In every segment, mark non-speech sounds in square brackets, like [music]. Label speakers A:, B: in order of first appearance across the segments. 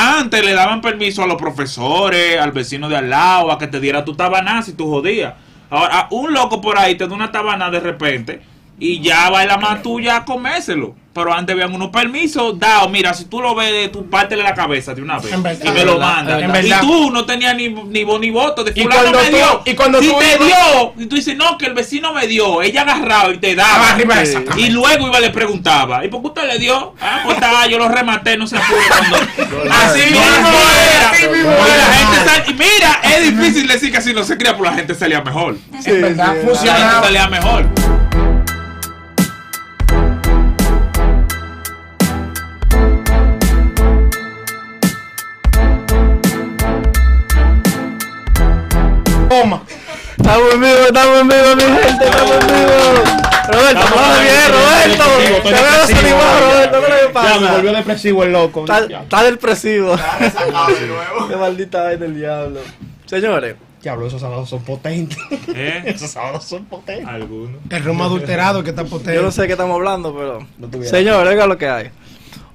A: antes le daban permiso a los profesores, al vecino de al lado, a que te diera tu tabaná si tú jodías. Ahora, un loco por ahí te da una tabana de repente y ya va la más tuya a comérselo. Pero antes vean unos permisos dados. Mira, si tú lo ves, tú pártele la cabeza de una vez.
B: En verdad.
A: y me lo manda.
B: En verdad.
A: Y tú no tenías ni, ni voz ni voto. De
B: Y
A: fulano
B: cuando
A: me
B: tú-
A: dio.
B: y cuando
A: si
B: tú
A: te
B: ibas-
A: dio, y tú dices, no, que el vecino me dio. Ella agarraba y te daba.
B: Ah, arriba,
A: Sí.
B: exactamente.
A: y luego iba y le preguntaba. ¿Y por qué usted le dio? Ah, pues estaba, yo lo rematé, no se apure cuando. así
B: no,
A: mismo
B: no,
A: era.
B: así mismo
A: Y la
B: era.
A: gente sal- y mira, es difícil decir que si no se cría,
B: pues
A: pero la gente salía mejor.
B: En verdad,
A: La gente
B: funcionaba.
A: salía mejor.
B: Toma.
C: Estamos en vivo, estamos en vivo, mi gente, estamos en vivo. Roberto,
D: Estamos
C: vamos bien,
D: en vivo,
C: Roberto.
D: estoy depresivo, estoy
C: Te veo
D: depresivo,
C: desanimado,
D: ya,
C: Roberto, ¿qué le
D: Ya me volvió
C: pasa?
D: depresivo el loco.
C: Está-
D: Ya.
C: Está depresivo.
E: sacado de nuevo.
C: [laughs] Qué maldita vaina del diablo. Señores,
D: Diablo, esos sábados son potentes. [laughs]
A: ¿Eh?
D: Esos sábados son potentes.
A: Alguno.
B: El romo adulterado que está potente.
C: yo no sé de qué estamos hablando, pero.
D: No tuviera.
C: Señores, oiga lo que hay.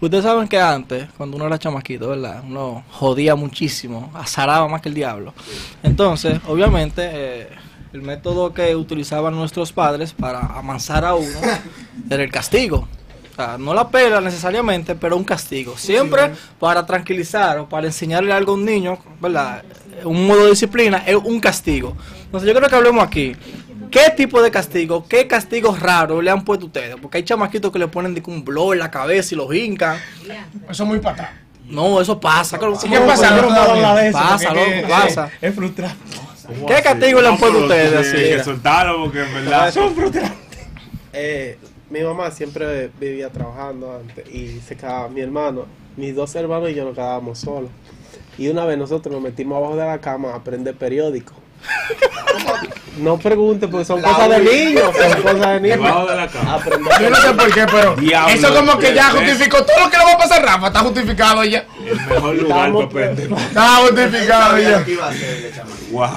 C: Ustedes saben que antes, cuando uno era chamaquito, ¿verdad? Uno jodía muchísimo, azaraba más que el diablo. Entonces, obviamente, eh, el método que utilizaban nuestros padres para amansar a uno era el castigo. O sea, no la pela necesariamente, pero un castigo. Siempre para tranquilizar o para enseñarle algo a un niño, ¿verdad? Un modo de disciplina es un castigo. Entonces, yo creo que hablemos aquí. ¿Qué tipo de castigo, qué castigos raros le han puesto ustedes? Porque hay chamaquitos que le ponen de que un blow en la cabeza y los hincan.
B: Eso es muy para atrás.
C: No, eso pasa. ¿Cómo-
B: ¿Qué
C: cómo-
B: pasa,
D: Yo
B: loco?
D: no puedo hablar de eso,
C: Pasa,
D: porque es
C: loco,
D: que- [laughs]
C: pasa.
D: Es frustrante.
C: ¿Qué castigo le han puesto ustedes? Así
A: Hay que
C: era.
A: soltarlo porque en verdad.
D: Son frustrantes.
E: Eh, mi mamá siempre vivía trabajando antes y se quedaba mi hermano, mis dos hermanos y yo nos quedábamos solos. Y una vez nosotros nos metimos abajo de la cama a aprender
A: [laughs]
E: periódico. No pregunte, porque son cosas de niños, son cosas de
A: Debajo
E: niños.
A: de la cama.
E: Aprender
B: Yo no sé por qué,
C: Ah,
B: pero
A: Diablo,
B: eso como que ya
A: ¿eh?
B: justificó todo lo que le va a pasar a Rafa. Está justificado ya.
A: El mejor lugar para
E: Estamos-
A: aprender.
B: Está justificado ya.
A: Wow.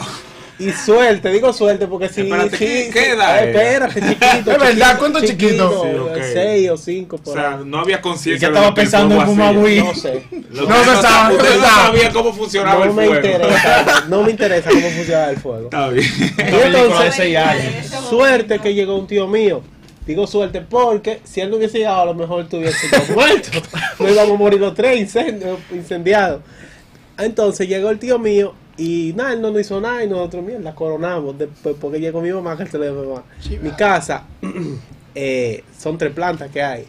E: Y suerte, digo suerte, porque si.
A: Espérate,
E: si-
A: ¿qué-
E: si-
A: qué edad [laughs]
E: eh, Espérate, chiquito. eh,
B: Es verdad, ¿cuánto chiquito?
A: Sí, ok.
E: Seis o cinco,
A: O
E: por
A: sea,
E: ahí.
A: no había conciencia.
D: Ya
A: de
D: estaba
A: lo que el
D: pensando en
A: fuego
D: fumar
A: hacía.
D: weed.
E: No
A: [laughs]
E: sé.
A: Lo
B: No
A: que
B: se sabe,
A: usted
B: no
A: no
B: se sabe.
A: sabía cómo funcionaba
E: No
A: el
E: me
A: fuego. [laughs]
E: interesa, no me interesa cómo funciona el fuego.
A: Está bien.
E: Y entonces,
D: seis años.
E: Suerte que llegó un tío mío. Digo suerte porque si él no hubiese llegado, a lo mejor tuviese
D: [laughs]
E: yo muerto. No íbamos a morir los tres incendios, incendiados. Entonces llegó el tío mío y nada, él no nos hizo nada y nosotros, mierda, la coronamos. Después, porque llegó mi mamá, que se le mamá. Mi casa, [clears throat] eh, son tres plantas que hay.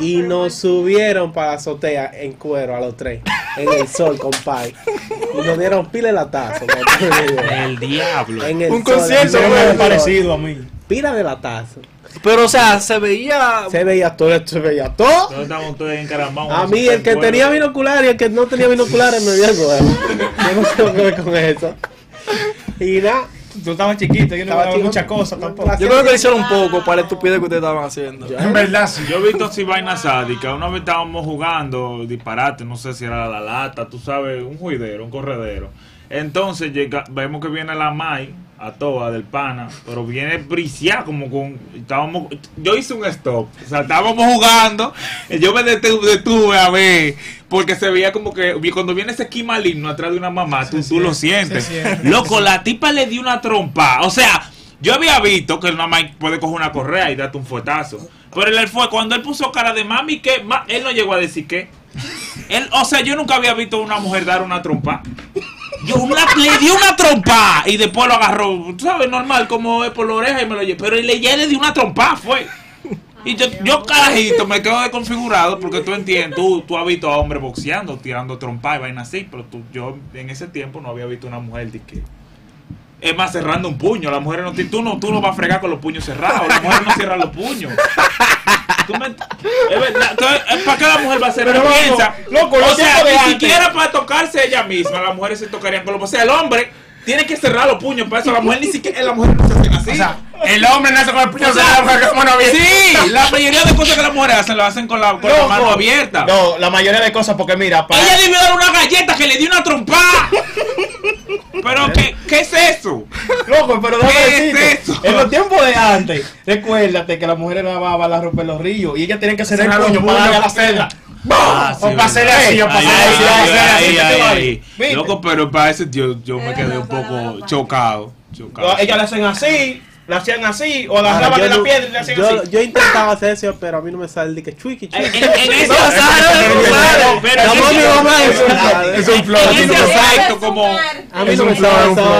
E: Y nos subieron para la azotea en cuero a los tres, en el sol, compadre. Y nos dieron pila de latazo.
A: El diablo.
E: En el
C: Un
E: sol,
C: concierto,
E: en
D: Hicieron
E: el
D: algo
E: sol.
D: parecido a mí.
E: Pila de latazo.
C: Pero, o sea, se veía.
E: Se veía todo, se veía todo.
A: ¿Dónde estaban ustedes encaramados?
E: A mí, el que tenía binoculares y el que no tenía binoculares me vio el huevo. Yo no tengo que ver con eso. Y nada,
D: Tú estabas chiquito, yo no
E: Estaba
D: hablaba
E: chico.
D: muchas cosas tampoco.
C: Yo creo que lo hicieron un poco para la estupidez que ustedes estaban haciendo. [laughs]
B: En verdad, sí.
A: Yo he visto así vainas sádicas. Una vez estábamos jugando disparate, no sé si era la lata, tú sabes, un juidero, un corredero. Entonces llega, vemos que viene la Mai a toa del pana, pero viene briciada como con. Estábamos, yo hice un stop, o sea, estábamos jugando. y Yo me detu- detuve a ver, porque se veía como que vi- cuando viene ese esquí maligno atrás de una mamá, tú, tú lo sientes.
B: siente.
A: Loco, la tipa le dio una trompa. O sea, yo había visto que una mamá puede coger una correa y darte un fuetazo. Pero él fue, cuando él puso cara de mami, que ma- él no llegó a decir qué. Él, o sea, yo nunca había visto a una mujer dar una trompa. Yo una- le di una trompa y después lo agarró, tú ¿sabes? Normal, como es por la oreja y me lo llevé. Pero él, ya le di una trompa, fue. Y yo, yo carajito, me quedo desconfigurado porque tú entiendes, tú, tú has visto a hombres boxeando, tirando trompa y vainas así, pero tú, yo en ese tiempo no había visto una mujer de que... Es más, cerrando un puño. Las mujeres no ti- tú no, tú no vas a fregar con los puños cerrados. Las mujeres no cierran los puños. Tú me- es verdad. Entonces, es ¿para qué la mujer va a cerrar?
D: Pero vamos,
A: Piensa.
D: loco,
A: o
D: los
A: sea,
D: tiempos de
A: ni
D: antes.
A: siquiera para tocarse ella misma, las mujeres se tocarían con los O sea, el hombre tiene que cerrar los puños. Para eso la mujer ni siquiera... La mujer no se hacen así.
B: O sea, el hombre nace con el puño
A: O sea,
B: cerrado, pero como no viene.
A: Sí, la mayoría de cosas que las mujeres hacen lo hacen con la, con la
D: Loco.
A: mano abierta.
D: No, la mayoría de cosas, porque mira, para.
A: Ella debió dar una galleta que le dio una trompada. Pero, ¿qué, ¿qué es eso?
D: Loco, pero
A: ¿Qué
D: déjame
A: es
D: decirte.
A: eso?
D: En los tiempos de antes, recuérdate que las mujeres no van a romper los ríos y ellas tienen que cerrar
B: Cerrar
D: el
B: los
D: puño para darle a la
B: puños,
D: celda.
A: Ah, sí,
B: O pasaré
A: verdad.
B: así, o
A: Ay,
B: pasaré así,
A: ay,
B: pasaré
A: ay,
B: así,
A: ay,
B: ¿qué te
A: ay,
B: vale?
A: ay.
D: ¿Viste?
A: Loco, pero para eso yo, yo me
F: Pero
A: quedé
F: no,
A: un
F: para
A: poco
F: nada.
A: chocado.
D: No,
A: chocado.
D: ellas la hacen así, la hacían así, o la
E: Ah,
D: agarraban
E: yo
D: de la
E: no-
D: piedra y la hacían
E: yo,
D: así.
E: yo intentaba hacer eso, pero a mí no me sale de que chuiki,
A: En,
E: chuiki.
A: en- en ese aspecto,
C: No,
B: no,
A: claro,
C: no,
A: pero
C: no,
A: en
C: no,
A: ese-
C: no, no,
A: en
E: no,
B: Es un flow.
A: Pero
B: es
A: sí,
B: un
A: no.
B: flow.
A: exacto, como-
E: A mí
B: Es
E: no
B: un
E: me
B: flow, es
E: sale
B: un
E: eso.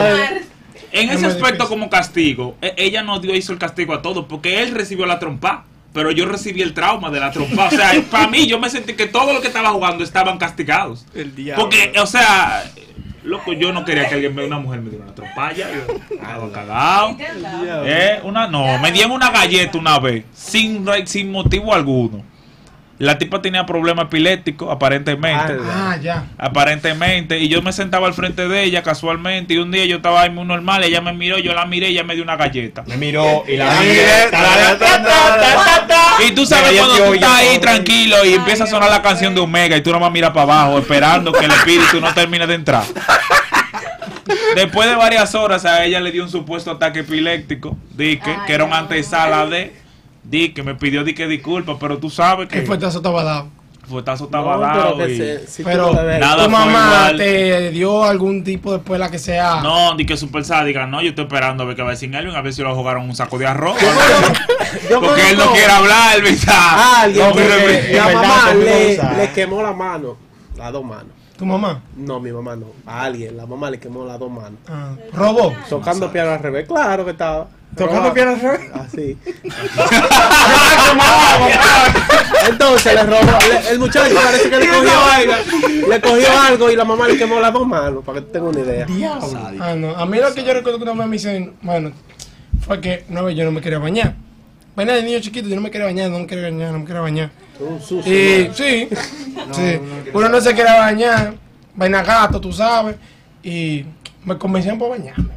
A: en ese
B: Es muy
A: aspecto
B: difícil.
A: como castigo, e- ella no dio hizo el castigo a todos porque él recibió la trompa, pero yo recibí el trauma de la trompa. O
B: [laughs]
A: sea, para mí yo me sentí que todo lo que estaba jugando estaban castigados.
C: El diablo.
A: Porque,
C: [laughs]
A: o sea, loco, yo no quería que alguien me una mujer me diera una trompa ya.
B: [laughs]
A: Yo estaba cagado. Eh, una no, me dieron una galleta una vez, sin, sin motivo alguno. La tipa tenía problemas epilépticos, aparentemente.
B: Ah, ya.
A: Aparentemente, y yo me sentaba al frente de ella casualmente, y un día yo estaba ahí muy normal, ella me miró, yo la miré, ella me dio una galleta.
D: Me miró y la
B: Ah,
D: miré.
B: mire,
D: ta, ta, ta, ta, ta, ta, ta.
A: Y tú sabes
D: Me
A: cuando
D: dio
A: tú
D: yo,
A: estás
D: yo,
A: ahí
D: yo.
A: tranquilo y empieza a sonar la canción de Omega y tú nomás miras para abajo esperando que el espíritu no termine de entrar. Después de varias horas a ella le dio un supuesto ataque epiléptico, di que, que era una antesala de, di que me pidió di que disculpa, pero tú sabes que
B: ¿Qué fuertazo estaba dado?
A: fuetazo estaba
E: No,
A: dado
E: pero que
A: y-
E: se- si tú
B: Pero
E: lo ves-
A: Nada
B: tu
A: fue
B: mamá
A: igual.
B: te dio algún tipo de espuela que sea.
A: No, di que super sádica, no, yo estoy esperando a ver qué va a decir Elvin, a ver si lo jugaron un saco de arroz.
E: Yo
A: Porque él no
E: conozco
A: quiere hablar, Elvin está.
E: a Ah, alguien
A: Ah, No,
E: que
A: pero-
D: porque-
E: la
D: es verdad,
E: mamá
D: conmigo
E: le,
D: usa.
E: le quemó la mano, las dos manos.
B: Tu mamá.
E: No, mi mamá no. A alguien, la mamá le quemó las dos manos.
B: Ah, Robó.
E: Tocando piano al revés, claro que estaba. Robaba.
B: al revés?
E: Así. Entonces le robó. le- el muchacho parece que le cogió algo. Le cogió algo y la mamá le quemó las dos manos, para que tú tengas una idea.
B: Diablo. Ah, no. A mí lo que yo recuerdo que una vez me dicen, bueno, fue que una vez yo no me quería bañar. Venía de niño chiquito, yo no me quería bañar, no me quería bañar, no me quería bañar.
E: Un sucio.
B: Y sí, sí. uno no se quiere bañar, vaina gato, tú sabes. Y me convencían por bañarme.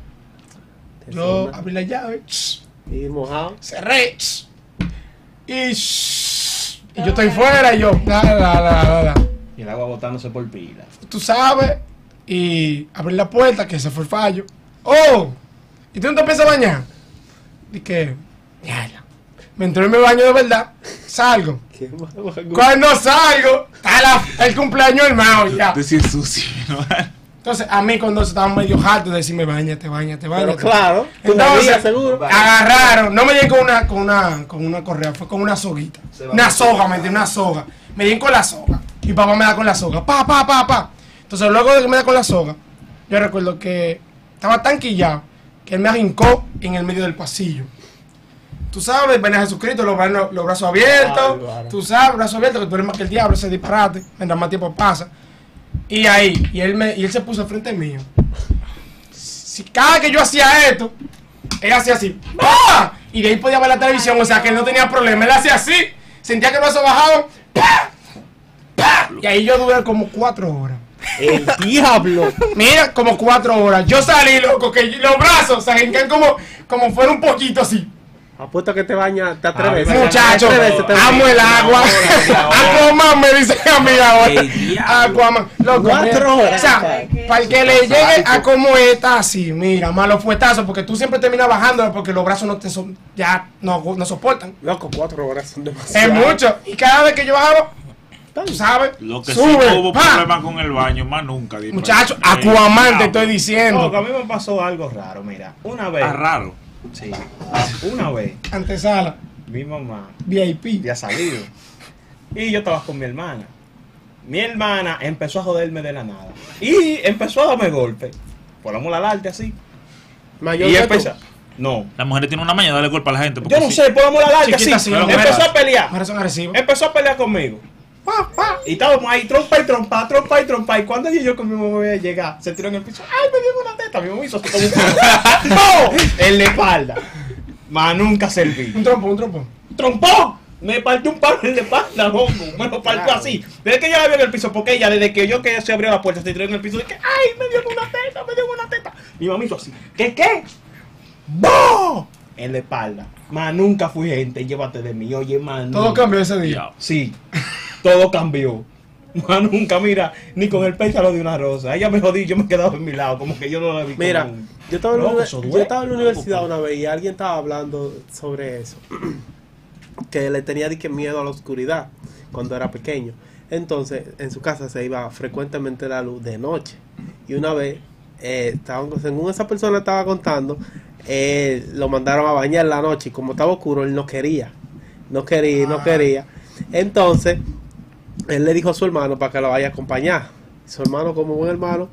B: Yo abrí la llave,
E: Y mojado.
B: cerré, y, y yo estoy fuera, y yo, la, la, la, la, la.
D: Y el agua botándose por pila.
B: Tú sabes, y abrí la puerta, que ese fue el fallo. ¡Oh! ¿Y tú no te empiezas a bañar? Dije, diablo. Me entró en mi baño de verdad, salgo.
E: Qué malo.
B: Cuando salgo, está la- el cumpleaños hermano ya.
A: Decir sucio, [laughs] ¿no?
B: Entonces, a mí cuando se estaban medio hartos de decirme, bañate, bañate,
E: Pero
B: bañate.
E: claro, tú la
B: Entonces, ah,
E: veías seguro.
B: agarraron, no me dieron con una, con una, con una correa, fue con una soguita. Una soga, me dieron una soga. Me dieron con la soga. Mi papá me da con la soga. Pa, pa, pa, pa. Entonces, luego de que me da con la soga, yo recuerdo que estaba tan quillado que él me arrincó en el medio del pasillo. Tú sabes, ven a Jesucristo, los, bra- los brazos abiertos.
E: Bárbaro.
B: Tú sabes, brazos abiertos, que tú eres más que el diablo, ese disparate. Mientras más tiempo pasa. Y ahí, y él, me, y él se puso al frente mío. Si cada que yo hacía esto, él hacía así. ¡Ah! Y de ahí podía ver la televisión, o sea que él no tenía problema. Él hacía así, sentía que el brazo bajaba. ¡pa! ¡pa! Y ahí yo duré como cuatro horas.
E: El diablo.
B: Mira, como cuatro horas. Yo salí, loco, que los brazos se ajencan como, como fuera un poquito así.
E: Apuesto que te bañas hasta tres
A: Ah,
E: veces.
B: Muchacho,
E: Pues Tres veces te
B: amo
E: bañas.
B: el agua. Aquaman me dicen a mí ahora.
A: Qué diablo.
B: Aquaman. Loco,
E: Cuatro
B: mira.
E: horas.
B: O sea, para el que le llegue a como está así, mira, malos fuetazos, porque tú siempre terminas bajándola porque los brazos no te son, ya no, no soportan.
E: Loco, cuatro horas son
B: Es
E: demasiado.
B: mucho. Y cada vez que yo bajaba, tú sabes,
A: Lo que sí
B: sube.
A: hubo
B: pa.
A: problemas con el baño, más nunca. di-
B: Muchacho,
A: Eh,
B: Aquaman te
A: diablo.
B: estoy
D: Loco, a
B: diciendo.
D: mí me pasó algo raro, mira. Una vez.
A: Está raro.
D: Sí. Una vez,
B: Antesala,
D: mi mamá
B: VIP.
D: había salido. Y yo estaba con mi hermana. Mi hermana empezó a joderme de la nada. Y empezó a darme golpes. Por la mula al arte así.
B: Ah,
E: Mayor
D: Y
E: que tú.
D: empezó. No.
A: Las mujeres tienen una maña de darle culpa a la gente. porque
D: Yo no
A: sí.
D: sé, por la mula al arte así.
B: Chiquita, sí,
D: Empezó
B: no,
D: a pelear.
B: Ahora son agresivos.
D: Empezó a pelear conmigo.
B: Eh, Pa, pa.
D: Y estábamos ahí, trompa y trompa, trompa y trompa. Y cuando yo, yo con mi mamá voy a llegar, se tiró en el piso. ¡Ay, me dio una teta! Mi mamá hizo así como un
B: [laughs]
D: ¡No! En la espalda. Más nunca serví.
B: Un trompo, un trompo.
D: ¡Trompón! Me partió un palo en la espalda, hongo. Me lo partió así. Desde que ella la vio en el piso, porque ella, desde que yo que se abrió la puerta, se tiró en el piso, de que ¡ay! Me dio una teta, me dio una teta. Mi mamá hizo así. ¿Qué qué? ¡Boh! En la espalda. Más nunca fui gente, llévate de mí, oye, man.
B: Todo cambió ese día.
A: Diablo.
D: Sí, todo cambió. Más nunca, mira, ni con el pétalo de una rosa. Ella me jodí, yo me he quedado en mi lado, como que yo no la vi. como
E: Mira,
D: un-
E: yo estaba, en la
D: Loco,
E: uni-
D: eso
E: yo
D: duele.
E: estaba en la universidad una vez y alguien estaba hablando [clears throat] sobre eso. Que le tenía de que miedo a la oscuridad cuando era pequeño. Entonces, en su casa se iba frecuentemente la luz de noche. Y una vez, eh, estaban, según esa persona estaba contando, eh, lo mandaron a bañar en la noche. Y como estaba oscuro, él no quería. No quería, no
B: Ah.
E: quería. Entonces, él le dijo a su hermano para que lo vaya a acompañar. Su hermano, como buen hermano,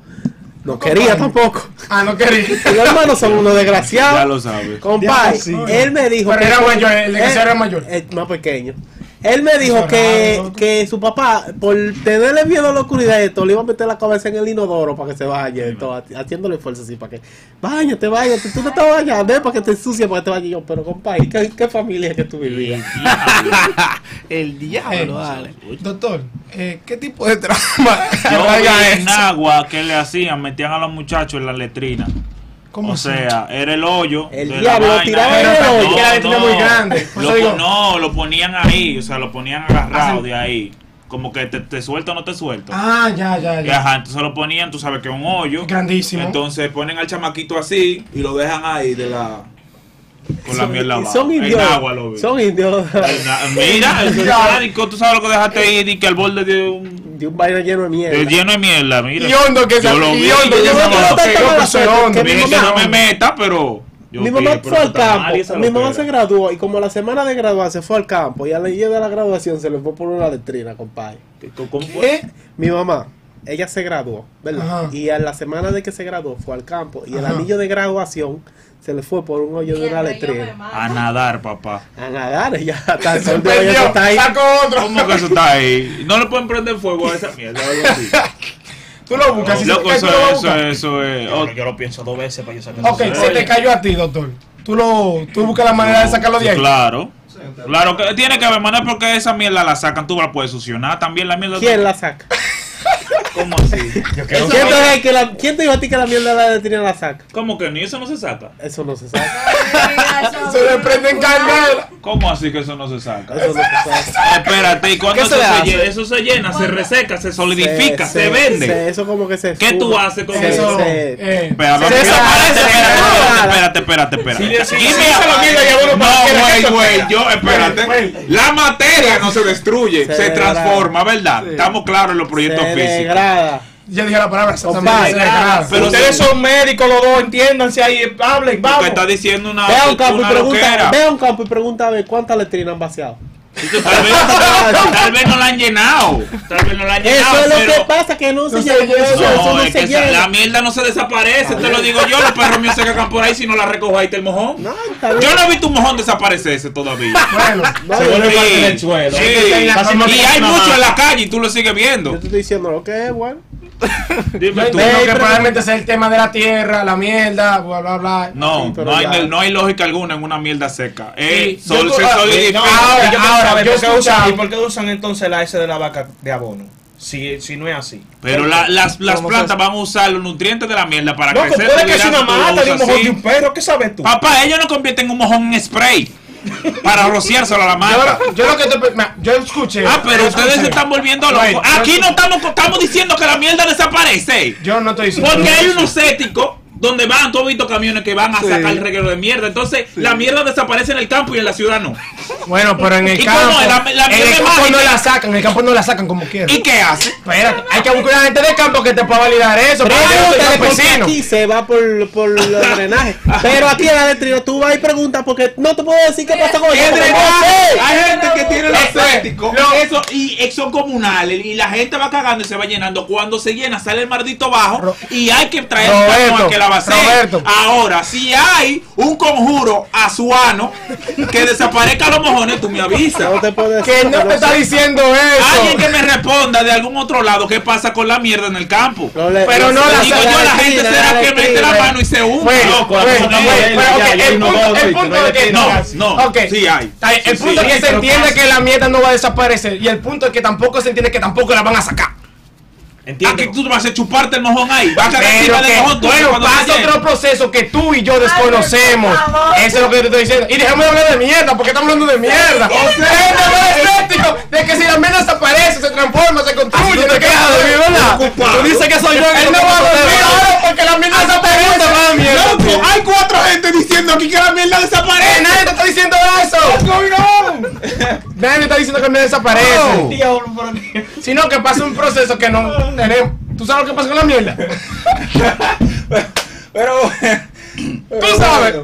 E: no quería
B: acompaña.
E: tampoco.
B: Ah, no [laughs] quería.
E: Los hermanos son unos
A: Ya
E: desgraciados.
A: lo
B: [laughs]
A: sabes.
E: Compadre,
D: Ya, sí.
E: él me dijo.
B: Pero
E: que
B: era
E: por-
B: mayor, el de que
E: él-
B: sea era mayor.
E: El más pequeño. Él me dijo
B: Eso es
E: que,
B: raro, ¿no?
E: que su papá, por tenerle miedo a la oscuridad, esto, le iba a meter la cabeza en el inodoro para que se bañe, esto, ha- haciéndole fuerza así para que. Báñate, báñate, tú no te bañando, es para que te ensucie, para que te bañes yo. Pero compadre, ¿qué, qué familia que tú vivías?
C: El
B: [laughs]
C: diablo,
B: Eh,
C: vale.
B: Doctor, eh, ¿qué tipo de trauma
A: [laughs] Yo
B: arraiga
A: vi en
B: eso?
A: agua que le hacían, metían a los muchachos en la letrina.
B: ¿Cómo
A: o
B: así?
A: sea, era el hoyo.
E: El
A: de la
E: diablo, lo
A: vaina.
E: tiraban
B: en el
A: Pero
B: hoyo.
A: no,
B: Que la letrina
A: no.
B: muy grande. Por
A: Lo
B: eso digo-
A: pon- no, lo ponían ahí, o sea, lo ponían agarrado
B: Hacen-
A: de ahí. Como que te, te suelto o no te suelto.
B: Ah, ya, ya,
A: Y
B: ya.
A: ajá, entonces lo ponían, tú sabes que es un hoyo.
B: Grandísimo.
A: Entonces ponen al chamaquito así y lo dejan ahí de la. Con la
E: Son-
A: miel lavada.
E: Son
A: En
E: indios.
A: agua lo vi.
E: Son indios.
A: En la- Mira, eso es sádico, tú sabes lo que dejaste ahí y que al borde de un.
E: [laughs] De un baile lleno de mierda.
A: de lleno de mierda, mira.
B: Y hondo que
A: Yo
B: se
A: lo vi,
B: y hondo
A: yo
B: que
A: lo
B: se
A: vi.
B: yo
A: Yo
B: que
E: estaba
B: soy
E: pensando
B: hondo.
E: que
A: Dije
E: mi
A: que
E: mamá-
A: no me meta, pero. yo
E: mi
A: dije,
E: mamá
A: pero
E: fue al
A: está mal, y
E: campo.
A: esa
E: Mi mamá
A: loquera.
E: se graduó y como la semana de graduarse fue al campo y al día de la graduación se le fue por una letrina, compadre.
A: ¿Cómo- ¿Cómo fue?
E: Mi mamá, ella se graduó, ¿verdad?
B: Ajá.
E: Y a la semana de que se graduó fue al campo y el
B: Ajá.
E: anillo de graduación se le fue por un hoyo de una
F: Siempre yo me
E: letrina.
F: mato.
A: A nadar, papá.
E: A
A: [laughs]
E: nadar, ella hasta el sol de hoy
B: Perdió,
E: eso está ahí.
B: sacó otro.
A: ¿Cómo que eso está ahí? No le pueden prender fuego a esa mierda. algo así.
B: Tú lo buscas. si se
A: Loco,
B: te cae,
A: eso
B: tú lo
A: es, eso
B: buscas.
A: es, eso es.
D: Yo,
A: Oh,
D: lo- yo lo pienso dos veces para yo sacar
B: Ok,
D: eso.
B: se te
D: Oye,
B: cayó a ti, doctor. Tú lo, tú buscas la manera de sacarlo de ahí.
A: Claro. Claro que tiene que haber manera porque esa mierda la sacan, tú la puedes succionar también la mierda.
E: ¿Quién la saca?
A: ¿Cómo así?
E: ¿Quién te, dijo que la- quién te dijo a ti que la mierda de la letrina la saca?
A: ¿Cómo que ni eso no se saca?
E: Eso no se saca.
F: [laughs]
B: Se le prende en candela.
A: ¿Cómo así que eso no se saca?
E: [laughs] Eso no se saca.
A: Espérate, ¿y cuando
C: ¿Qué se
A: eso se,
C: le hace?
A: llena? Eso se llena, se reseca, se solidifica, se, vende.
E: se- eso como que se.
A: ¿Qué tú
E: fuma.
A: haces con
E: Se-
B: Eso.
E: se-
B: eh,
A: Espérate,
B: se
A: espérate,
B: desaparece,
A: espérate, espérate, espérate, espérate. Dime
B: sí, se lo mira y a uno para que la
A: No, güey,
B: gente
A: güey,
B: espera.
A: yo, espérate.
B: Güey.
A: La materia no se destruye,
E: Se
A: se
E: degrada.
A: transforma, ¿verdad? Estamos claros en los proyectos
E: se
A: físicos.
E: degrada.
B: Ya dije la palabra. se-
E: Compadre,
B: también se degrada.
A: pero
D: ustedes
A: sí.
D: son médicos los dos, entiéndanse ahí, hablen,
A: Lo que
D: vamos.
A: está diciendo una,
E: Ve a un campo y
A: una
E: pregunta,
A: loquera.
E: ve a un campo y pregunta a ver cuántas letrinas han vaciado.
A: Tal vez, tal vez no la han llenado. Tal vez no la han
E: Eso
A: llenado.
E: es lo que
A: Ah, pero-
E: pasa, que no se
B: No se
E: llega.
B: llega,
E: Eso eso
A: No,
E: no
A: es que
E: se
A: esa- la
E: llega.
A: mierda no se desaparece, te lo digo yo. Los perros míos se cagan por ahí si no la recojo ahí está el mojón.
E: No, está bien.
A: Yo no he visto un mojón desaparecerse todavía.
E: [laughs]
B: [laughs] Bueno,
E: No,
D: Se
E: yo-
D: vuelve
A: Sí,
D: parte del suelo.
A: sí.
D: Casi
B: Casi
D: me
A: Y
D: meten
A: hay
D: una
A: mucho en
D: mano.
A: la calle y tú lo sigues
E: Yo
A: viendo.
E: te estoy diciendo lo que es, bueno.
A: Dime
B: yo
A: tú.
B: entiendo que [laughs] probablemente sea el tema de la tierra, la mierda, bla, bla, bla.
A: No,
E: Sí, pero
A: no
E: ya.
A: hay, no hay lógica alguna en una mierda seca. Eh,
B: Y
A: sol,
B: yo-
A: se
B: ah,
A: solidifica.
D: No,
B: Ahora,
D: yo
B: ahora,
D: ahora,
B: yo
D: ¿por qué usan,
B: escuchaba-
D: ¿y por qué usan entonces la S de la vaca de abono? Si, si no es así.
A: pero la- las, las
C: ¿Cómo
A: plantas van a usar los nutrientes de la mierda para
D: No, que
A: crecer.
D: puede que sea
A: tú
D: una
A: lo
D: mata de un
A: usas
D: mojón
A: así.
D: de un perro, ¿qué sabes tú?
A: Papá, ellos no convierten un mojón en spray para rociárselo a la mata.
B: Yo, yo lo que te- mira, yo escuché.
A: Ah, pero
B: yo
A: ustedes
B: escuché.
A: se están volviendo
B: Güey,
A: locos.
B: yo
A: Aquí no
B: escuché.
A: estamos, estamos diciendo que la mierda desaparece.
B: Yo no estoy diciendo.
A: Porque hay unos éticos donde van, tú has visto camiones que van a
C: Sí.
A: sacar el reguero de mierda. Entonces, la mierda desaparece en el campo y en la ciudad no.
B: Bueno, pero en el
A: ¿Y cómo?
B: campo.
A: La- la
B: en el
A: mierda
B: campo
A: mágica.
B: no la sacan, en el campo no la sacan como quieran.
A: ¿Y qué hace?
B: Espérate, hay que buscar una gente de campo que te pueda validar eso. Pero yo soy
E: Pregúntale porque
B: campesino.
E: aquí se va por, por el drenaje. Pero aquí en la letrina tú vas y preguntas porque no te puedo decir qué pasó con
A: ¿Qué
E: eso. porque
A: drenaje?
E: no sé.
A: Hay gente que tiene los
B: Eso es.
A: cénticos,
B: No.
A: eso, y eh, son comunales, y la gente va cagando y se va llenando. Cuando se llena, sale el maldito bajo,
B: Ro-
A: y hay que traer un
B: Roberto,
A: camión que la vacíe.
B: Roberto.
A: Ahora, si hay un conjuro azuano que desaparezca los mojones, tú me avisas.
E: No te puedo decir.
B: Que
E: porque
B: no te está
E: sé.
B: diciendo
A: Alguien que
B: eso.
A: me responda de algún otro lado qué pasa con la mierda en el campo.
E: No le-
B: Pero no
A: Yo
B: la-
A: digo
E: la
A: yo, la gente
E: letrina,
A: será
E: la
A: que mete la
E: letrina.
A: mano y se hunde.
B: Güey,
A: loco.
D: la
B: güey,
D: cosa no
B: güey,
D: es,
B: pero
D: ya,
B: ok,
D: ya,
B: el
D: ya no
B: punto-
D: vamos,
B: el
D: no
B: punto
D: le
B: de que-
A: No, no,
B: Ok.
A: sí hay.
B: Está bien, El
A: Sí,
B: punto
A: sí,
B: es que
A: sí,
B: se
A: pero
B: entiende
A: pasa.
B: que la mierda no va a desaparecer. Y el punto es que tampoco se entiende que tampoco la van a sacar.
A: Aquí
D: Entiéndelo.
A: tú vas a chuparte el mojón ahí. Vas a cagar
B: Pero
A: encima del
B: que,
A: mojón tú
B: bueno,
A: cuando
B: pasa
A: se llene.
B: otro proceso que tú y yo desconocemos.
F: Ay, por favor.
B: Eso es lo que te estoy diciendo. Y dejamos de hablar de mierda, porque estamos hablando de mierda. O sea, es escéptico de que si la mierda desaparece, se transforma, se construye.
C: Tú te quejas de mí, ¿verdad? Tú dices que soy yo que
B: Él no va a dormir ahora porque la mierda desaparece. va a mierda.
A: Loco, hay cuatro gente diciendo aquí que la mierda
B: Eh,
A: desaparece.
B: nadie te está diciendo eso. [laughs] Nadie me está diciendo que me desaparece.
A: No.
D: Tía, boludo, pero que-
B: Sino que pasa un proceso que no tenemos. ¿Tú sabes lo que pasa con la mierda? [laughs]
F: Pero
B: Tú sabes.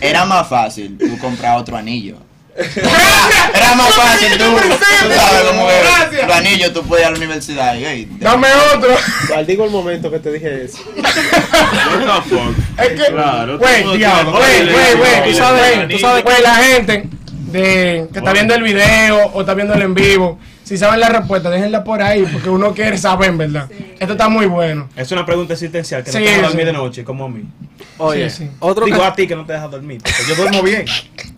G: Era más fácil tú comprar otro anillo. Era más fácil tú. tú sabes cómo que
B: Gracias.
G: tu anillo tú puedes ir a la universidad. y, hey,
B: [laughs]
G: te-
B: Dame otro.
E: Maldigo el momento que te dije eso.
A: What the fuck?
B: Es que,
A: Claro,
B: güey,
A: tú no
B: diablo,
A: tienes
B: güey, güey,
A: bola,
B: güey, tú
A: le
B: sabes,
A: pones
B: tú sabes, güey, la gente de, que está viendo el video o está viendo el en vivo, si saben la respuesta, déjenla por ahí, porque uno quiere saber, en ¿verdad? Esto está muy bueno.
D: Es una pregunta existencial que
B: Sí,
D: no te deja
B: sí.
D: dormir de noche, como a mí.
C: Oye,
B: Sí, sí.
C: otro
D: Digo
C: ca-
D: a ti que no te deja dormir. porque Yo duermo bien.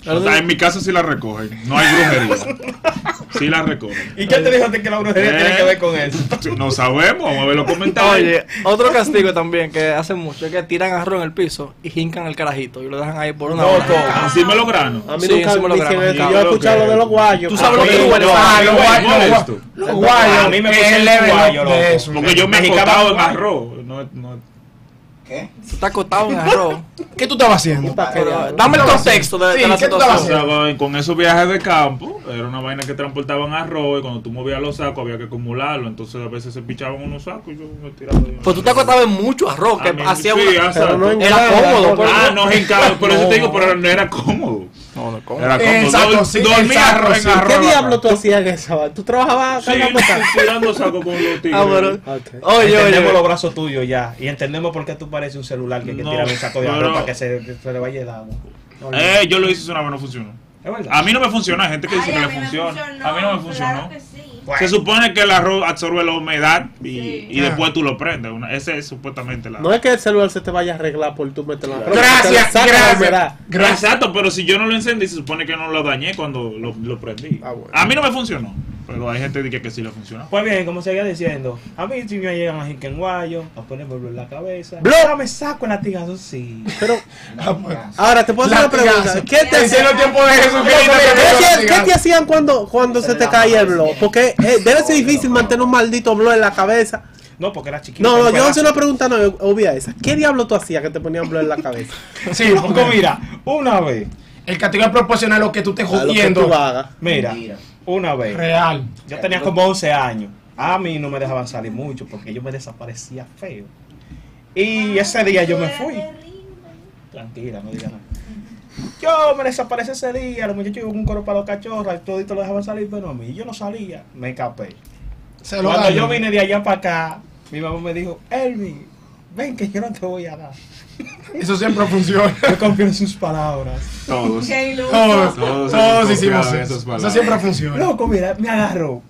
A: O sea, en mi casa sí la recogen. No hay brujería. Sí la recogen.
D: [laughs] ¿Y qué te dijo a ti que la brujería tiene que ver con eso?
A: No sabemos. Vamos a ver los comentarios.
C: Oye, otro castigo también que hacen mucho es que tiran arroz en el piso y hincan el carajito y lo dejan ahí por una hora.
D: Loco.
A: Así me lo grano.
E: A mí
C: Sí,
E: nunca
C: eso me lo
E: me dicen
C: grabaron.
A: Ya,
E: eso. Yo he
A: lo
E: escuchado
A: que-
E: lo de los guayos.
C: Tú sabes lo que
D: Sí,
C: tú hueles.
D: no,
B: Ah,
D: a mí
B: lo
D: me
B: guay, lo guay.
A: molesto.
B: Lo guay,
D: A mí me gusta el
B: level
D: guayo,
B: up
D: loco.
B: de eso.
A: Porque yo me he
D: Mexicano
A: acotado en
D: guay.
A: arroz. No, no.
C: Tú estás acostado en arroz.
B: ¿Qué tú estabas haciendo?
C: Pero, dame el contexto de, de
B: Sí,
C: la
B: ¿qué tú estabas
A: O
C: situación.
A: sea, con- con esos viajes de campo, era una vaina que transportaban arroz y cuando tú movías los sacos había que acumularlo. Entonces a veces se pichaban unos sacos y yo me tiraba. de-
C: Pues tú te acostabas en mucho arroz que
A: A mí-
C: hacía
A: sí,
C: una...
A: exacto.
E: no en-
C: Era
E: Claro,
C: cómodo.
E: claro,
B: pues.
C: pero-
A: Ah, no, hincado. Por eso te digo, pero no era cómodo.
C: No, no, ¿cómo?
A: Era cómodo.
B: El saco,
A: Dor-
B: sí, el
A: dormía
B: saco,
A: arroz en
B: sí.
A: arroz.
E: ¿Qué
A: la
E: diablo
A: verdad.
E: tú hacías en esa vaina? ¿Tú trabajabas
A: Sí,
E: cargando sacos?
A: tirando saco con los tigres.
C: Ah, bueno.
E: Ok.
C: Oye, oye.
D: entendemos los brazos tuyos ya. Y entendemos por qué tú pareces un celular que hay que
A: No,
D: tirar un saco de
A: no,
D: arroz
A: no.
D: para que se, que se le vaya el agua. No, no.
A: Eh, ah. yo lo hice eso una vez, no funcionó.
D: Es verdad.
A: A mí no me funciona, hay gente que dice
H: Ay,
A: que
H: a
A: le
H: mí me
A: funciona.
H: funcionó,
A: A mí no me funcionó.
H: Claro que sí.
A: Se supone que el arroz absorbe la humedad y,
H: Sí.
A: y después tú lo prendes. Una- ese es supuestamente la.
E: No es que el celular se te vaya a arreglar por tú meter la ropa. te la
B: Gracias,
E: saca la
B: gracias.
E: humedad.
B: Gracias.
A: Exacto, pero si yo no lo encendí, se supone que no lo dañé cuando lo, lo prendí.
B: Ah, bueno.
A: A mí no me funcionó, pero hay gente que dice que sí le funcionó.
D: Pues bien, como seguía diciendo, a mí si me llegan a en guayo, a ponerme blue en la cabeza.
E: Blue.
D: Ahora me saco el latigazo, sí.
E: Pero
B: Ah, pues.
E: ahora te puedo hacer una pregunta.
B: Latigazo.
E: ¿Qué te
B: En pleno tiempo de Jesucristo.
E: ¿Qué
B: que
E: te-
B: me
E: ¿Qué te hacían cuando, cuando se te caía el blog? Porque eh, debe ser difícil mantener un maldito blog en la cabeza.
D: No, porque era chiquito.
E: No, no, yo voy a
D: no
E: hacer una pregunta no, obvia esa. ¿Qué diablo tú hacías que te ponían blog en la
B: [laughs]
E: cabeza?
B: Sí,
D: Loco,
B: porque
D: mira, una vez,
B: el castigo es proporcional a lo que tú estés
E: A lo que tú
B: jodiendo.
E: hagas.
D: mira,
G: Mentira.
D: una vez.
B: Real.
D: Yo tenía como 11 años. A mí no me dejaban salir mucho porque yo me desaparecía feo. Y ese día yo me fui. Tranquila, no digas nada. Yo me desaparecí ese día, los muchachos iban con un coro para los cachorros, todito lo dejaban salir, pero a mí yo no salía, me escapé.
B: Se lo
D: Cuando
B: gano.
D: yo vine de allá para acá, mi mamá me dijo, Elmi, ven que yo no te voy a dar.
B: Eso siempre funciona.
D: Yo confío en sus palabras.
A: Todos.
H: Qué iluso.
B: Todos,
A: Todos
B: todos
A: hemos
B: hicimos
A: copiado
B: eso.
A: esas palabras.
B: Eso siempre funciona.
D: Loco, mira, me agarró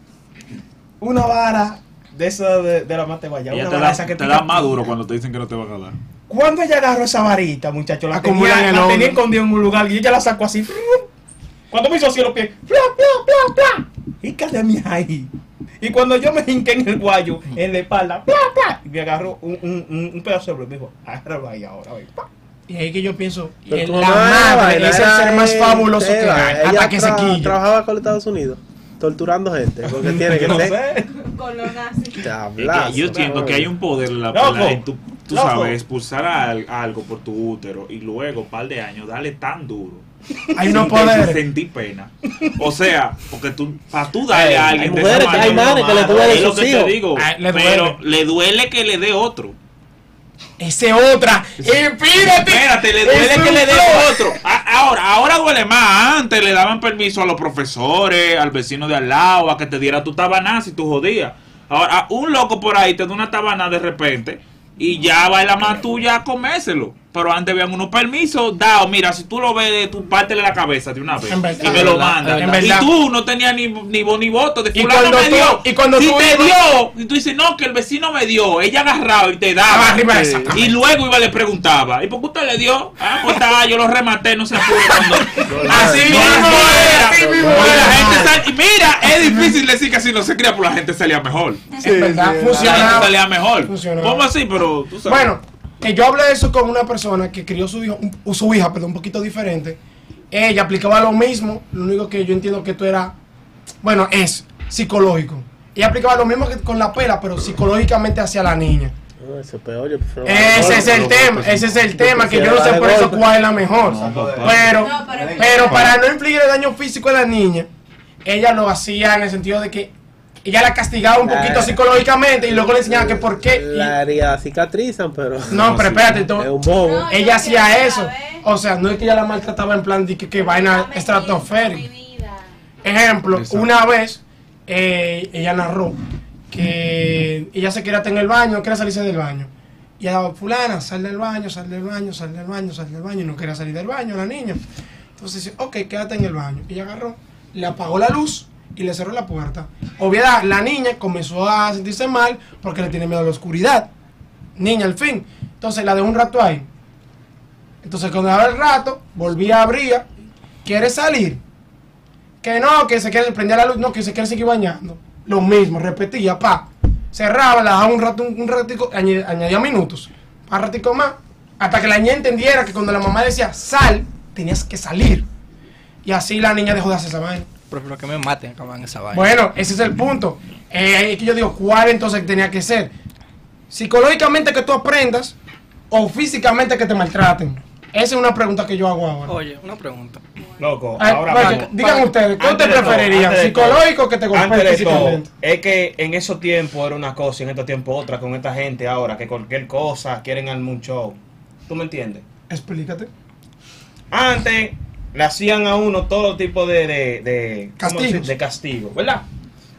D: una vara de esa de, de la mate guayaba,
A: Ella
D: una
A: te
D: vara
A: da,
D: esa que
A: te
D: pica.
A: da más duro cuando te dicen que no te van a dar.
D: Cuando ella agarró esa varita, muchacho, la
B: Acumula en
D: tenía,
B: el
D: la
B: hombro.
D: tenía escondida en un lugar y ella la sacó así. Cuando me hizo así los pies, ¡pla, pla, pla, pla! Híncate a mí ahí. Y cuando yo me hinqué en el guayo, en la espalda, ¡pla, pla! Y me agarró un, un- un- un pedazo de blog y me dijo, agárralo ahí ahora, ven, pa".
B: Y ahí que yo pienso,
E: Pero tu
B: la
E: mamá era
B: madre es el
E: bailarina,
B: ser más fabuloso que
E: era,
B: hay,
E: ella
B: hasta que se
E: tra-
B: quilla.
E: Trabajaba con los Estados Unidos, torturando gente.
B: [laughs]
E: Porque tiene que
D: No
E: ser.
D: sé.
H: Con lo nazi.
E: Tablazo,
A: yo entiendo
E: ¿no?
A: que hay un poder en la
D: Loco,
A: en tu- tú
D: loco.
A: sabes, expulsar a al- algo por tu útero y luego, un par de años, darle tan duro.
B: Hay
A: sin
B: unos
A: que tú
B: poderes.
A: sentí pena. O sea, porque tú, para tú darle a
E: Hay
A: alguien de
E: mujeres,
A: esa
E: que- hay
A: manera,
E: madres que le
D: mamá,
E: duele
A: es lo
E: sus
A: que te
E: hijos.
A: digo.
B: Ah, le duele.
A: pero le duele que le dé otro.
B: Ese otra. Espírate.
A: Espérate, le duele
B: Es un
A: que le dé
B: flow.
A: otro. A- ahora, ahora duele más. Antes le daban permiso a los profesores, al vecino de al lado, a que te diera tu tabaná si tú jodías. Ahora, a- un loco por ahí te da una tabaná de repente y ya baila más tuya a comérselo. Pero antes habían unos permisos dados. Mira, si tú lo ves, tú pártele la cabeza de una vez
B: En verdad.
A: y me lo
B: En verdad,
A: mandas.
B: en verdad.
A: Y tú no tenías ni, ni voz ni voto. De
B: Y
A: fulano
B: cuando
A: me
B: tú-
A: dio.
B: y cuando
A: si
B: tú
A: te
B: ibas-
A: dio, y tú dices, no, que el vecino me dio. Ella agarraba y te daba.
B: Ah, arriba de
A: Sí.
B: esa.
A: Y luego iba y le preguntaba, ¿y por qué usted le dio? Ah, pues estaba, yo lo rematé, no se apure cuando. así
B: [laughs] no,
A: mismo
B: no,
A: era.
B: así mismo
A: Porque la
B: era.
A: gente sal- y mira, es difícil decir que si no se cría, pues la gente salía mejor.
B: En verdad,
A: La gente
B: funcionaba.
A: salía mejor.
B: Funcionaba.
A: ¿Cómo así? Pero tú sabes.
B: Bueno, que yo hablé de eso con una persona que crió su hijo, un- su hija, perdón, un poquito diferente. Ella aplicaba lo mismo, lo único que yo entiendo que esto era, bueno, es psicológico. Ella aplicaba lo mismo que con la pela, pero psicológicamente hacia la niña.
E: No, eso es peor, yo prefiero-
B: Ese es el tema, ese es el tema, que yo no sé por eso cuál es la mejor. Pero,
H: No, pero-
B: pero para no infligir daño físico a la niña, ella lo hacía en el sentido de que ella la castigaba un poquito psicológicamente y luego le enseñaba que por qué. y-
E: Ah. La herida cicatrizan, pero.
B: no, pero espérate,
E: [laughs]
B: tú-
E: Es un bobo.
F: No, yo
B: ella
F: quiero
B: hacía eso.
F: saber.
B: O sea, no es que ella la maltrataba en plan de que, que vaina
F: Dame mi
B: estratosférica.
F: vida.
B: Ejemplo,
A: Exacto.
B: una vez eh, ella narró que ella se quería estar en el baño, no quería salirse del baño. Y ella daba, fulana, sal del baño, sal del baño, sal del baño, sal del baño. Y no quería salir del baño la niña. Entonces dice, ok, quédate en el baño. Y ella agarró, le apagó la luz y le cerró la puerta. Obviedad, la niña comenzó a sentirse mal porque le tiene miedo a la oscuridad. Niña, al fin. Entonces la dejó un rato ahí. Entonces cuando daba el rato, volvía a abrir. ¿Quiere salir? Que no, que se quiere prender la luz, no, que se quiere seguir bañando. Lo mismo, repetía, pa. Cerraba, la dejaba un rato, un, un ratico, añe- añadía minutos. Un ratico más. Hasta que la niña entendiera que cuando la mamá decía sal, tenías que salir. Y así la niña dejó de hacer esa vaina.
C: Prefiero que me maten acaban esa vaina.
B: Bueno, ese es el punto. Eh, ahí es que yo digo, ¿cuál entonces tenía que ser? Psicológicamente que tú aprendas o físicamente que te maltraten. Esa es una pregunta que yo hago ahora.
C: Oye, una pregunta.
D: Loco,
B: Ah,
D: ahora
B: vaya,
D: vamos.
B: digan
D: Para-
B: ustedes, ¿qué
D: antes
B: te
D: de todo,
B: preferirían?
D: antes de
B: ¿Psicológico o que te golpeen
D: Antes de todo,
B: físicamente?
D: es que en esos tiempos era una cosa y en estos tiempos otra con esta gente ahora, que cualquier cosa quieren al un show. ¿Tú me entiendes?
B: Explícate.
D: Antes le hacían a uno todo tipo de, de, de- ¿cómo
B: Castigos.
D: decir? de castigo, ¿verdad?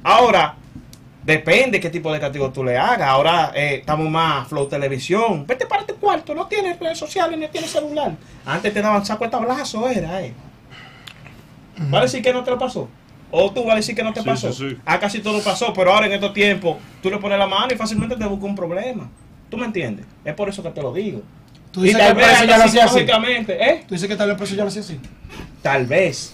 D: Ahora, depende qué tipo de castigo tú le hagas. Ahora eh, estamos más flow televisión. Vete para tu cuarto, no tienes redes sociales, no tienes celular. Antes te daban saco de tablazo, era, eh. ¿Va a decir que no te lo pasó? ¿O tú vas a decir que no te
A: Sí,
D: pasó?
A: sí, sí.
D: Ah, casi todo pasó, pero ahora en estos tiempos tú le pones la mano y fácilmente te busca un problema. ¿Tú me entiendes? Es por eso que te lo digo.
B: Tú dices que el preso ya lo
D: hasta
B: hacía así.
D: psicológicamente, ¿eh?
B: Tú dices que tal vez el preso ya lo hacía así.
D: Tal vez.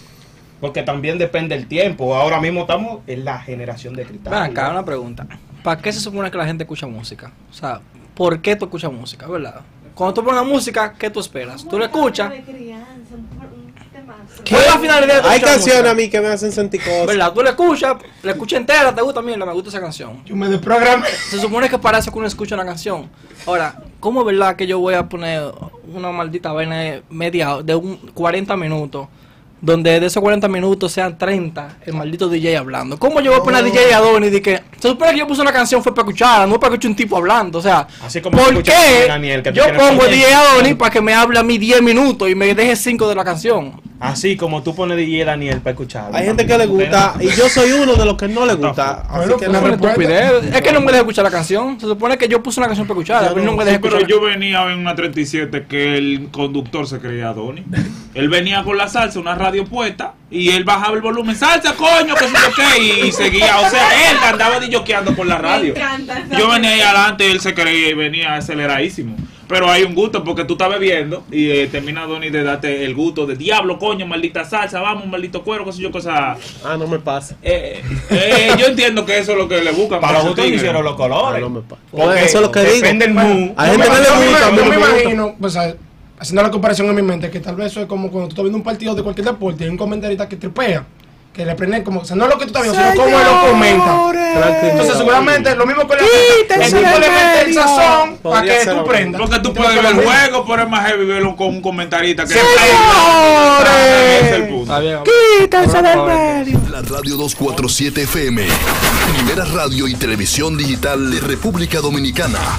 D: Porque también depende el tiempo. Ahora mismo estamos en la generación de cristal.
C: Ven acá, una pregunta. ¿Para qué se supone que la gente escucha música? O sea, ¿por qué tú escuchas música, verdad? Cuando tú pones música, ¿qué tú esperas? ¿Tú la escuchas?
F: De crianza, un- un temazo.
C: ¿Cuál es la finalidad de tu
E: Hay
C: escuchar
E: canciones
C: música?
E: a mí que me hacen sentir cosas.
C: ¿Verdad? Tú la escuchas, la escuchas entera, te gusta, mira, me gusta esa canción.
B: Yo me desprogramé.
C: Se supone que para eso que uno escucha una canción. Ahora, ¿cómo es verdad que yo voy a poner una maldita vaina de media de un 40 minutos? Donde de esos 40 minutos sean 30 el maldito DJ hablando. ¿Cómo yo voy a poner a DJ Adonis de que se supone que yo puse una canción fue para escucharla, no para escuchar un tipo hablando? O sea,
D: Así como
C: ¿por
D: escuchas a
C: qué
D: Daniel, que tú
C: yo
D: quieres
C: pongo a
D: poner-
C: DJ Adonis para que me hable a mí 10 minutos y me deje 5 de la canción?
D: Así como tú pones DJ Daniel para escuchar.
E: Hay gente que le gusta y yo soy uno de los que no le gusta. Así
B: Bueno,
E: que
C: Es
E: no
C: una
E: me
C: estupidez. Es que no me deja escuchar la canción. Se supone que yo puse una canción para escucharla,
E: Yo
C: pero
E: no-
C: no me
E: sí,
A: Sí,
C: deja
A: pero
C: escuchar.
A: yo venía en una 37 que el conductor se creía Donny. Él venía con la salsa, una radio puesta, y él bajaba el volumen, salsa, coño, que sé yo qué, y seguía. O sea, él andaba disjoqueando por la radio.
F: Me encanta esa
A: Yo venía ahí adelante, él se creía y venía aceleradísimo. Pero hay un gusto porque tú estás bebiendo y eh, termina Donny de darte el gusto de diablo, coño, maldita salsa, vamos, maldito cuero, qué sé yo, cosas.
E: Ah, no me pasa.
A: Eh, eh, yo entiendo que eso es lo que le buscan.
D: Para
A: esos
D: gustos
A: tigres.
D: hicieron los colores.
E: Ah, No me pasa.
D: Porque
E: Pues Eso es lo que digo.
D: Depende el mood.
E: Hay gente que
B: Yo me-
E: le gusta, a
B: yo
E: mí
B: me,
E: no me gusta.
B: imagino, pues, ¿sabes? haciendo la comparación en mi mente, que tal vez eso es como cuando tú estás viendo un partido de cualquier deporte y hay un comentarista que tripea, que le prende como, o sea, no es lo que tú estás viendo, sino cómo él lo comenta. Entonces, seguramente lo mismo que le hace, el tipo le mete el sazón para
E: Podría
B: que
E: ser
B: tú
E: lo
B: prendas.
A: Porque tú puedes ver el juego, pero es más heavy verlo con un comentarista que Ese es el punto.
C: Está bien, Quítense del medio.
H: La Radio 247 FM, primera radio y televisión digital de República Dominicana.